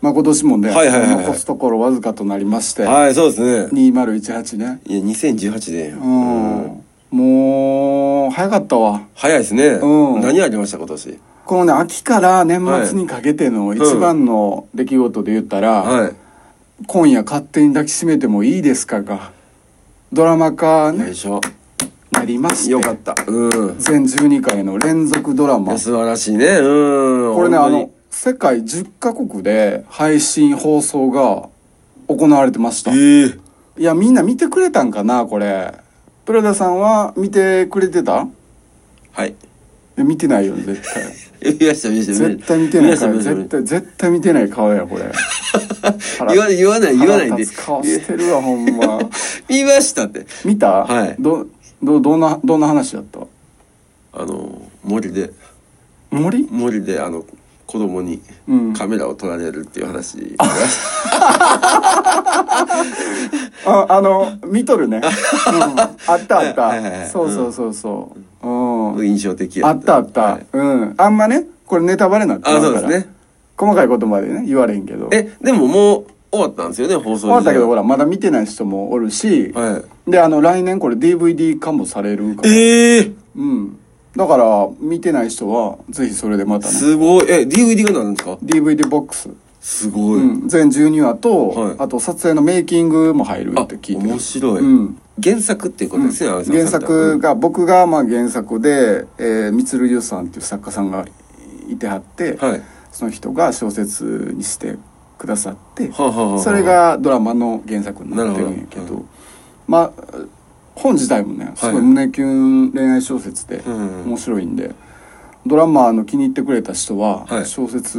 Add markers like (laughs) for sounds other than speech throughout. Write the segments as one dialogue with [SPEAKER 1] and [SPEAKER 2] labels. [SPEAKER 1] まあ今年もね、
[SPEAKER 2] はいはいはいはい
[SPEAKER 1] 残すところわずかとなりまして、
[SPEAKER 2] はい、そうですね。
[SPEAKER 1] 2018ね。
[SPEAKER 2] いや、2018で。
[SPEAKER 1] うん。
[SPEAKER 2] うん
[SPEAKER 1] もう、早かったわ。
[SPEAKER 2] 早いですね。
[SPEAKER 1] うん
[SPEAKER 2] 何ありました、今年。
[SPEAKER 1] このね、秋から年末にかけての一番の出来事で言ったら、
[SPEAKER 2] はい。
[SPEAKER 1] 今夜勝手に抱きしめてもいいですかが、ドラマ化
[SPEAKER 2] よ
[SPEAKER 1] ね
[SPEAKER 2] いしょ。
[SPEAKER 1] なりまして、
[SPEAKER 2] よかった。うん。
[SPEAKER 1] 全12回の連続ドラ
[SPEAKER 2] い
[SPEAKER 1] マ
[SPEAKER 2] や。素晴らしいね。うん。
[SPEAKER 1] これね、あ
[SPEAKER 2] 本当に
[SPEAKER 1] の、世界10カ国で配信放送が行われてました。い
[SPEAKER 2] ええ
[SPEAKER 1] や、みんな見てくれたんかな、これ。プラダさんは見てくれてた
[SPEAKER 2] はい。 (laughs)
[SPEAKER 1] え見てないよね、絶対。
[SPEAKER 2] 見ました、見ました。
[SPEAKER 1] 絶対見てないから、
[SPEAKER 2] 見ました
[SPEAKER 1] 絶
[SPEAKER 2] 見ました
[SPEAKER 1] 対、絶対見てない顔や、これ。
[SPEAKER 2] 言わない、言わない、言わないん
[SPEAKER 1] 腹
[SPEAKER 2] で
[SPEAKER 1] 立。つ顔してるわ、ほん
[SPEAKER 2] (laughs)
[SPEAKER 1] ま。
[SPEAKER 2] 見ましたって。
[SPEAKER 1] 見た
[SPEAKER 2] はい
[SPEAKER 1] ど、ど、どんな、どんな話だった
[SPEAKER 2] あの、森で、
[SPEAKER 1] 森
[SPEAKER 2] 森で、あの、子供に
[SPEAKER 1] うん
[SPEAKER 2] カメラを撮られるっていう話。
[SPEAKER 1] ああの見とる
[SPEAKER 2] (laughs)
[SPEAKER 1] ね、うん、あったあっ
[SPEAKER 2] はいはいは
[SPEAKER 1] た
[SPEAKER 2] い
[SPEAKER 1] そうそうそうそう、うん
[SPEAKER 2] 印象的や
[SPEAKER 1] あったあった、
[SPEAKER 2] はい
[SPEAKER 1] うんあんまねこれネタバレになって
[SPEAKER 2] あ、
[SPEAKER 1] ま
[SPEAKER 2] そ
[SPEAKER 1] す
[SPEAKER 2] う
[SPEAKER 1] か
[SPEAKER 2] で
[SPEAKER 1] ら
[SPEAKER 2] すね。
[SPEAKER 1] 細かいことまでね言われへんけど
[SPEAKER 2] え、でももう終わったんですよね、放送
[SPEAKER 1] 終わったけどほら
[SPEAKER 2] ら。
[SPEAKER 1] まだ見てない人もおるし、
[SPEAKER 2] は
[SPEAKER 1] であの来年これ DVD 化もされるか
[SPEAKER 2] い。
[SPEAKER 1] ら、
[SPEAKER 2] ええ
[SPEAKER 1] うんだから見てない人はぜひそれでまたね
[SPEAKER 2] すごい。え、DVD がなんですか
[SPEAKER 1] DVD ボックス、
[SPEAKER 2] すごい。
[SPEAKER 1] うん、全12話と、
[SPEAKER 2] はい
[SPEAKER 1] あと撮影のメイキングも入るって聞いてる
[SPEAKER 2] 面白い、
[SPEAKER 1] うん
[SPEAKER 2] 原作っていうことですね、青井さん
[SPEAKER 1] 原作が僕がまあ原作で、えー、満留優さんっていう作家さんがいてはって、
[SPEAKER 2] はいは
[SPEAKER 1] その人が小説にしてくださって、
[SPEAKER 2] あはあはあ
[SPEAKER 1] それがドラマの原作になってるんやけど
[SPEAKER 2] なるほど
[SPEAKER 1] まあ本自体もねすご
[SPEAKER 2] はい
[SPEAKER 1] い胸キュン恋愛小説で
[SPEAKER 2] うん
[SPEAKER 1] 面白いんで、ドラマの気に入ってくれた人は
[SPEAKER 2] はい
[SPEAKER 1] 小説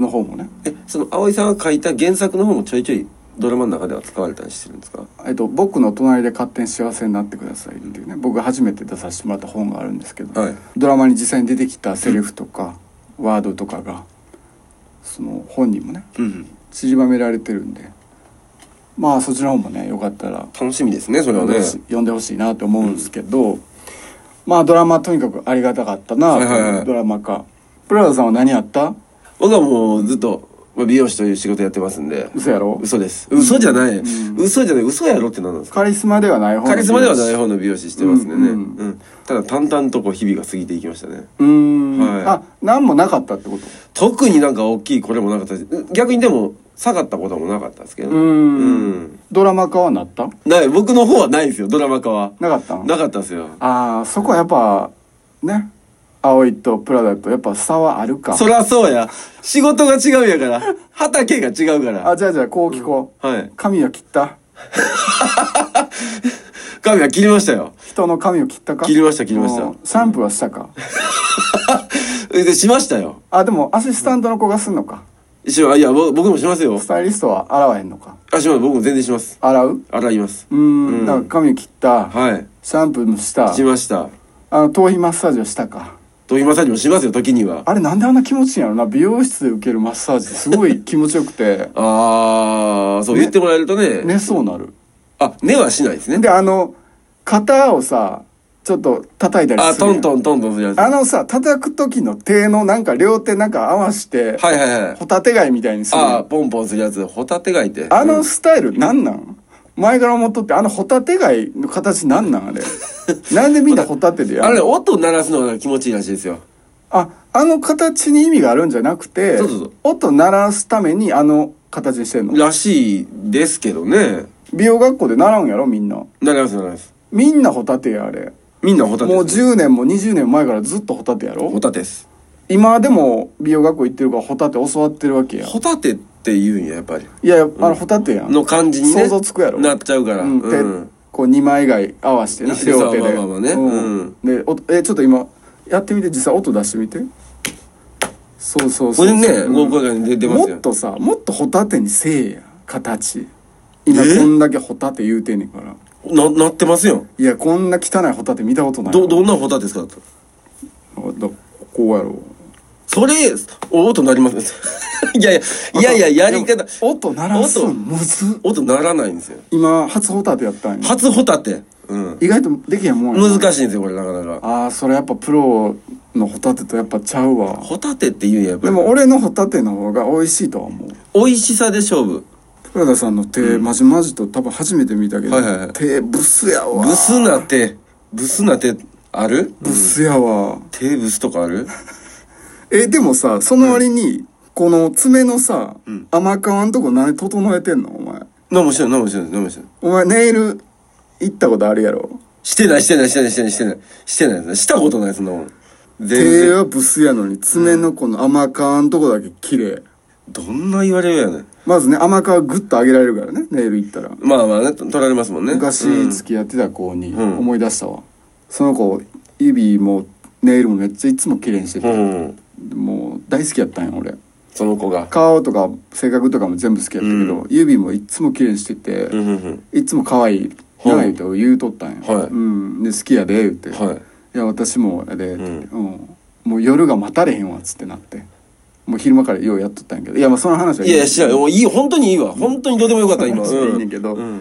[SPEAKER 1] の方もね、
[SPEAKER 2] えその葵さんが書いた原作の方もちょいちょいドラマの中では使われたりしてるんですか
[SPEAKER 1] えっと「僕の隣で勝手に幸せになってください」っていうね僕が初めて出させてもらった本があるんですけど、
[SPEAKER 2] はい
[SPEAKER 1] ドラマに実際に出てきたセリフとかワードとかがその本にもね
[SPEAKER 2] うん
[SPEAKER 1] 散りばめられてるんでまあそちらの方もねよかったら
[SPEAKER 2] 楽しみですねそれ
[SPEAKER 1] 読
[SPEAKER 2] は
[SPEAKER 1] ん
[SPEAKER 2] ね
[SPEAKER 1] でほし読んでほしいなと思うんですけど、まあドラマとにかくありがたかったなと
[SPEAKER 2] はいはいはい
[SPEAKER 1] ドラマ化プラザさんは何やった
[SPEAKER 2] 僕はもうずっとまあ美容師という仕事やってますんで
[SPEAKER 1] 嘘やろ
[SPEAKER 2] 嘘です嘘じゃない、
[SPEAKER 1] うん
[SPEAKER 2] 嘘じゃない嘘やろって何なんですか
[SPEAKER 1] カリスマではない方の
[SPEAKER 2] カリスマではない方の美容師してますんでね、
[SPEAKER 1] う
[SPEAKER 2] うんん
[SPEAKER 1] う
[SPEAKER 2] ただ淡々とこう日々が過ぎていきましたね
[SPEAKER 1] うーん、
[SPEAKER 2] はい
[SPEAKER 1] あ何もなかったってこと
[SPEAKER 2] 特になんか大きいこれもなかったし逆にでも下がったこともなかったんですけど
[SPEAKER 1] うーんドラマ化はなった
[SPEAKER 2] ない僕の方はないですよドラマ化は
[SPEAKER 1] なかったん
[SPEAKER 2] なかったですよ
[SPEAKER 1] ああそこはやっぱね葵とプラダとやっぱ差はあるか
[SPEAKER 2] そらそうや仕事が違うんやから畑が違うから
[SPEAKER 1] あじゃあじゃあこう聞こう、
[SPEAKER 2] はい
[SPEAKER 1] 髪は切った
[SPEAKER 2] 髪は切りましたよ (laughs)
[SPEAKER 1] 人の髪を切ったか
[SPEAKER 2] 切りました切りました
[SPEAKER 1] うんシャンプーはしたか
[SPEAKER 2] えでしましたよ
[SPEAKER 1] あでもアシスタントの子がすんのか
[SPEAKER 2] しまいやぼ僕もしますよ
[SPEAKER 1] スタイリストは洗わへんのか
[SPEAKER 2] あします僕も全然します
[SPEAKER 1] 洗う
[SPEAKER 2] 洗います
[SPEAKER 1] うーん
[SPEAKER 2] うん
[SPEAKER 1] だから髪を切った、
[SPEAKER 2] はい
[SPEAKER 1] シャンプーもした
[SPEAKER 2] しました
[SPEAKER 1] あの頭皮マッサージをしたか
[SPEAKER 2] と今さにもしますよ時には
[SPEAKER 1] あれなんであんな気持ちいいんやろな美容室で受けるマッサージってすごい気持ちよく
[SPEAKER 2] (laughs)
[SPEAKER 1] て
[SPEAKER 2] ああそう言ってもらえるとね
[SPEAKER 1] 寝そうなる
[SPEAKER 2] あ寝はしないですね
[SPEAKER 1] であの肩をさちょっと叩いたり
[SPEAKER 2] あ
[SPEAKER 1] するや
[SPEAKER 2] ト
[SPEAKER 1] ん
[SPEAKER 2] ントントントンするやつ
[SPEAKER 1] あのさ叩く時の手のなんか両手なんか合わして、
[SPEAKER 2] はいはいはい
[SPEAKER 1] ホタテ貝みたいにするやん
[SPEAKER 2] あーポンポンするやつホタテ貝って
[SPEAKER 1] あの
[SPEAKER 2] うん
[SPEAKER 1] スタイルなんなん前から思っとってあのホタテ貝の形なんなんあ
[SPEAKER 2] (laughs)
[SPEAKER 1] れなんでみんなホタテでや
[SPEAKER 2] あれ
[SPEAKER 1] る
[SPEAKER 2] 音鳴らすのが気持ちいいらしいですよ
[SPEAKER 1] ああの形に意味があるんじゃなくて
[SPEAKER 2] そうそうそう
[SPEAKER 1] 音鳴らすためにあの形にしてんの
[SPEAKER 2] らしいですけどね
[SPEAKER 1] 美容学校で習うんやろみんな
[SPEAKER 2] なりますなります
[SPEAKER 1] みんなホタテやあれ
[SPEAKER 2] みんなホタテ
[SPEAKER 1] もう
[SPEAKER 2] です
[SPEAKER 1] 10年も20年前からずっとホタテやろ
[SPEAKER 2] ホタテです
[SPEAKER 1] 今でも美容学校行ってるからホタテ教わってるわけや
[SPEAKER 2] ホタテって言うんややっぱり
[SPEAKER 1] いやいやあのホタテやん
[SPEAKER 2] の感じにね
[SPEAKER 1] 想像つくやろ
[SPEAKER 2] なっちゃうから
[SPEAKER 1] うん、手
[SPEAKER 2] うん
[SPEAKER 1] こう2枚貝合わせてな
[SPEAKER 2] そう
[SPEAKER 1] 両手で、
[SPEAKER 2] まあまあまあね
[SPEAKER 1] うんでおえちょっと今やってみて実際音出してみてそうそう
[SPEAKER 2] こ
[SPEAKER 1] そう
[SPEAKER 2] れね
[SPEAKER 1] うん
[SPEAKER 2] 豪華感出てます
[SPEAKER 1] も
[SPEAKER 2] よ
[SPEAKER 1] っとさもっとホタテにせえや形今
[SPEAKER 2] え
[SPEAKER 1] こんだけホタテ言うてんねんから
[SPEAKER 2] ななってますよ
[SPEAKER 1] いやこんな汚いホタテ見たことない
[SPEAKER 2] どどんなホタテですか
[SPEAKER 1] どこうやろう
[SPEAKER 2] それお音鳴ります (laughs) いやいやいやいややり
[SPEAKER 1] で
[SPEAKER 2] 方
[SPEAKER 1] も音鳴らすの
[SPEAKER 2] 音
[SPEAKER 1] むずっ
[SPEAKER 2] 音鳴らないんですよ
[SPEAKER 1] 今初ホタテやったんや
[SPEAKER 2] 初ホタテうん
[SPEAKER 1] 意外とできへんもんやな
[SPEAKER 2] 難しいんですよこれなかなか
[SPEAKER 1] ああそれやっぱプロのホタテとやっぱちゃうわ
[SPEAKER 2] ホタテって言うんややっぱ
[SPEAKER 1] で
[SPEAKER 2] り
[SPEAKER 1] も俺のホタテの方が美味しいとは思う
[SPEAKER 2] 美味しさで勝負
[SPEAKER 1] 黒田さんの手まじまじと多分初めて見たけど、
[SPEAKER 2] はいはいはい
[SPEAKER 1] 手ブスやわ
[SPEAKER 2] ブスな手ブスな手ある
[SPEAKER 1] ブスやわ
[SPEAKER 2] 手ブスとかある
[SPEAKER 1] えでもさその割に、この爪のさ、甘皮んとこ何整えてんのお前
[SPEAKER 2] 何もしてない何もしてない何もしてない
[SPEAKER 1] お前ネイル行ったことあるやろ
[SPEAKER 2] してないしてないしてないしてないしてないしてないですしたことないそんなもん全
[SPEAKER 1] 手
[SPEAKER 2] 然
[SPEAKER 1] はブスやのに爪のこの甘皮んとこだけ綺麗
[SPEAKER 2] どんな言われようやねん
[SPEAKER 1] まずね甘皮グッと上げられるからねネイル行ったら
[SPEAKER 2] まあまあね取られますもんね
[SPEAKER 1] 昔付き合ってた子に
[SPEAKER 2] うん
[SPEAKER 1] 思い出したわ、その子指もネイルもめっちゃいつも綺麗にして
[SPEAKER 2] う
[SPEAKER 1] て、
[SPEAKER 2] ん、うん、
[SPEAKER 1] もう大好きやったんよ俺
[SPEAKER 2] その子が
[SPEAKER 1] 顔とか性格とかも全部好きやったけど、
[SPEAKER 2] う
[SPEAKER 1] 指もいつも綺麗にしてて、
[SPEAKER 2] うんうん
[SPEAKER 1] いつも可愛い
[SPEAKER 2] はい
[SPEAKER 1] 長いと言うとったんや、
[SPEAKER 2] はい
[SPEAKER 1] うん、で好きやで言って、
[SPEAKER 2] うん
[SPEAKER 1] い
[SPEAKER 2] はい
[SPEAKER 1] や私もやで」って、
[SPEAKER 2] う
[SPEAKER 1] うんんもう夜が待たれへんわ」っつってなってもう昼間からようやっとったんやけどいやまあその話はい
[SPEAKER 2] いやいや、知らん。もういい、本当にいいわ。本当にどうでもよかった、今。
[SPEAKER 1] 話はいいねんけど
[SPEAKER 2] うん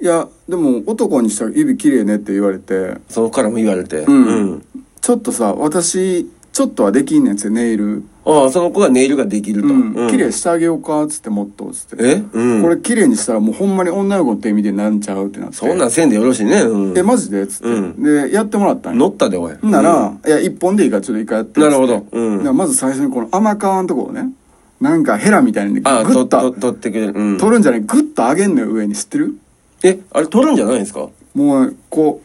[SPEAKER 1] いやでも男にしたら指綺麗ねって言われて
[SPEAKER 2] その子からも言われて。
[SPEAKER 1] うんちょっとさ私ちょっとはできんねんっつってネイル、
[SPEAKER 2] ああ、その子がネイルができ
[SPEAKER 1] う
[SPEAKER 2] ると。
[SPEAKER 1] ん綺麗
[SPEAKER 2] し
[SPEAKER 1] してあげようかっつってもっとっつって、
[SPEAKER 2] えうん。
[SPEAKER 1] これ、綺麗にしたらもうほんまに女の子の手見てなんちゃうってなって
[SPEAKER 2] そんなんせんでよろしいね。うん。
[SPEAKER 1] えマジでっつって、
[SPEAKER 2] うん
[SPEAKER 1] でやってもらったんよ
[SPEAKER 2] 乗ったで、おい。
[SPEAKER 1] ほんなら、
[SPEAKER 2] うん
[SPEAKER 1] いや、一本でいいからちょっと一回やって
[SPEAKER 2] なるほどうん
[SPEAKER 1] だからまず最初にこの甘皮のとこをね、なんかヘラみたいにグ
[SPEAKER 2] ああ、
[SPEAKER 1] ッ
[SPEAKER 2] と、と、
[SPEAKER 1] と、
[SPEAKER 2] 取ってくれる。うん。
[SPEAKER 1] 取るんじゃないグッと上げんのよ、上に。知ってる
[SPEAKER 2] え、あれ取るんじゃないんですか
[SPEAKER 1] もう、こ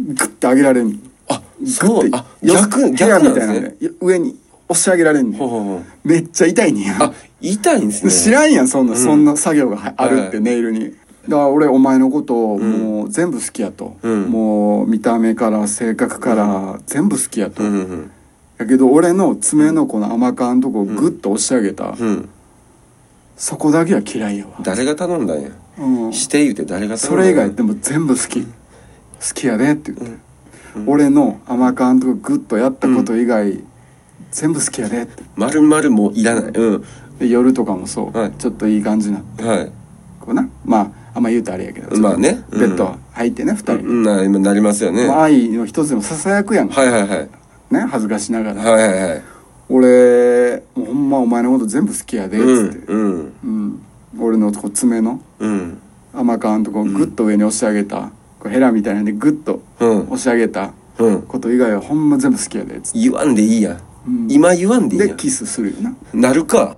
[SPEAKER 1] う、グッと上げられんの。
[SPEAKER 2] あ、
[SPEAKER 1] グ
[SPEAKER 2] そう
[SPEAKER 1] ッ。て
[SPEAKER 2] あ、逆、
[SPEAKER 1] ヘ
[SPEAKER 2] 逆
[SPEAKER 1] ラ
[SPEAKER 2] な
[SPEAKER 1] み
[SPEAKER 2] んで
[SPEAKER 1] たいな
[SPEAKER 2] す
[SPEAKER 1] の
[SPEAKER 2] ね
[SPEAKER 1] で。、上に押し上げられん
[SPEAKER 2] ほ
[SPEAKER 1] の。
[SPEAKER 2] うほうほう。
[SPEAKER 1] めっちゃ痛いねん
[SPEAKER 2] あ
[SPEAKER 1] や。、
[SPEAKER 2] 痛いんですね。
[SPEAKER 1] 知らんやん、そんな、そんな作業がはあるっ
[SPEAKER 2] は
[SPEAKER 1] て、
[SPEAKER 2] い
[SPEAKER 1] ネイルに。だから俺お前のことをもう全部好きやと、
[SPEAKER 2] うん
[SPEAKER 1] もう見た目から性格から全部好きやと、
[SPEAKER 2] うんうん
[SPEAKER 1] やけど俺の爪のこの甘皮のとこをグッと押し上げた、
[SPEAKER 2] うん。うん。
[SPEAKER 1] そこだけは嫌いやわ、
[SPEAKER 2] 誰が頼んだんや。
[SPEAKER 1] うん、
[SPEAKER 2] して言うて誰が
[SPEAKER 1] そ
[SPEAKER 2] 頼ん
[SPEAKER 1] れ以
[SPEAKER 2] だんや
[SPEAKER 1] 外でも全部好き好きやでって言って、俺の甘皮のとこグッとやったこと以外、全部好きやでって
[SPEAKER 2] まるまるもういらない。うん。
[SPEAKER 1] で夜とかもそう、
[SPEAKER 2] はい
[SPEAKER 1] ちょっといい感じな
[SPEAKER 2] はい。
[SPEAKER 1] こうなまああんま言うとあれやけど
[SPEAKER 2] まあね
[SPEAKER 1] ちょっとベッド入ってね、二人で、
[SPEAKER 2] うんな、今なりますよね。
[SPEAKER 1] もう
[SPEAKER 2] は
[SPEAKER 1] 愛の一つでもささやくやん、
[SPEAKER 2] いはいはい。
[SPEAKER 1] ね恥ずかしながら、
[SPEAKER 2] はいはいはい。
[SPEAKER 1] 俺もうほんまお前のこと全部好きやでっ
[SPEAKER 2] う
[SPEAKER 1] つっ
[SPEAKER 2] ん
[SPEAKER 1] て、
[SPEAKER 2] うん
[SPEAKER 1] うん俺のこう爪の
[SPEAKER 2] うん
[SPEAKER 1] 甘皮のとこをグッと上に押し上げた、こうヘラみたいなんでグッと
[SPEAKER 2] うん
[SPEAKER 1] 押し上げた
[SPEAKER 2] うん
[SPEAKER 1] こと以外はほんま全部好きやでつって
[SPEAKER 2] 言わんでいいや、
[SPEAKER 1] うん
[SPEAKER 2] 今言わんでいい
[SPEAKER 1] で
[SPEAKER 2] や
[SPEAKER 1] キスするよな
[SPEAKER 2] なるか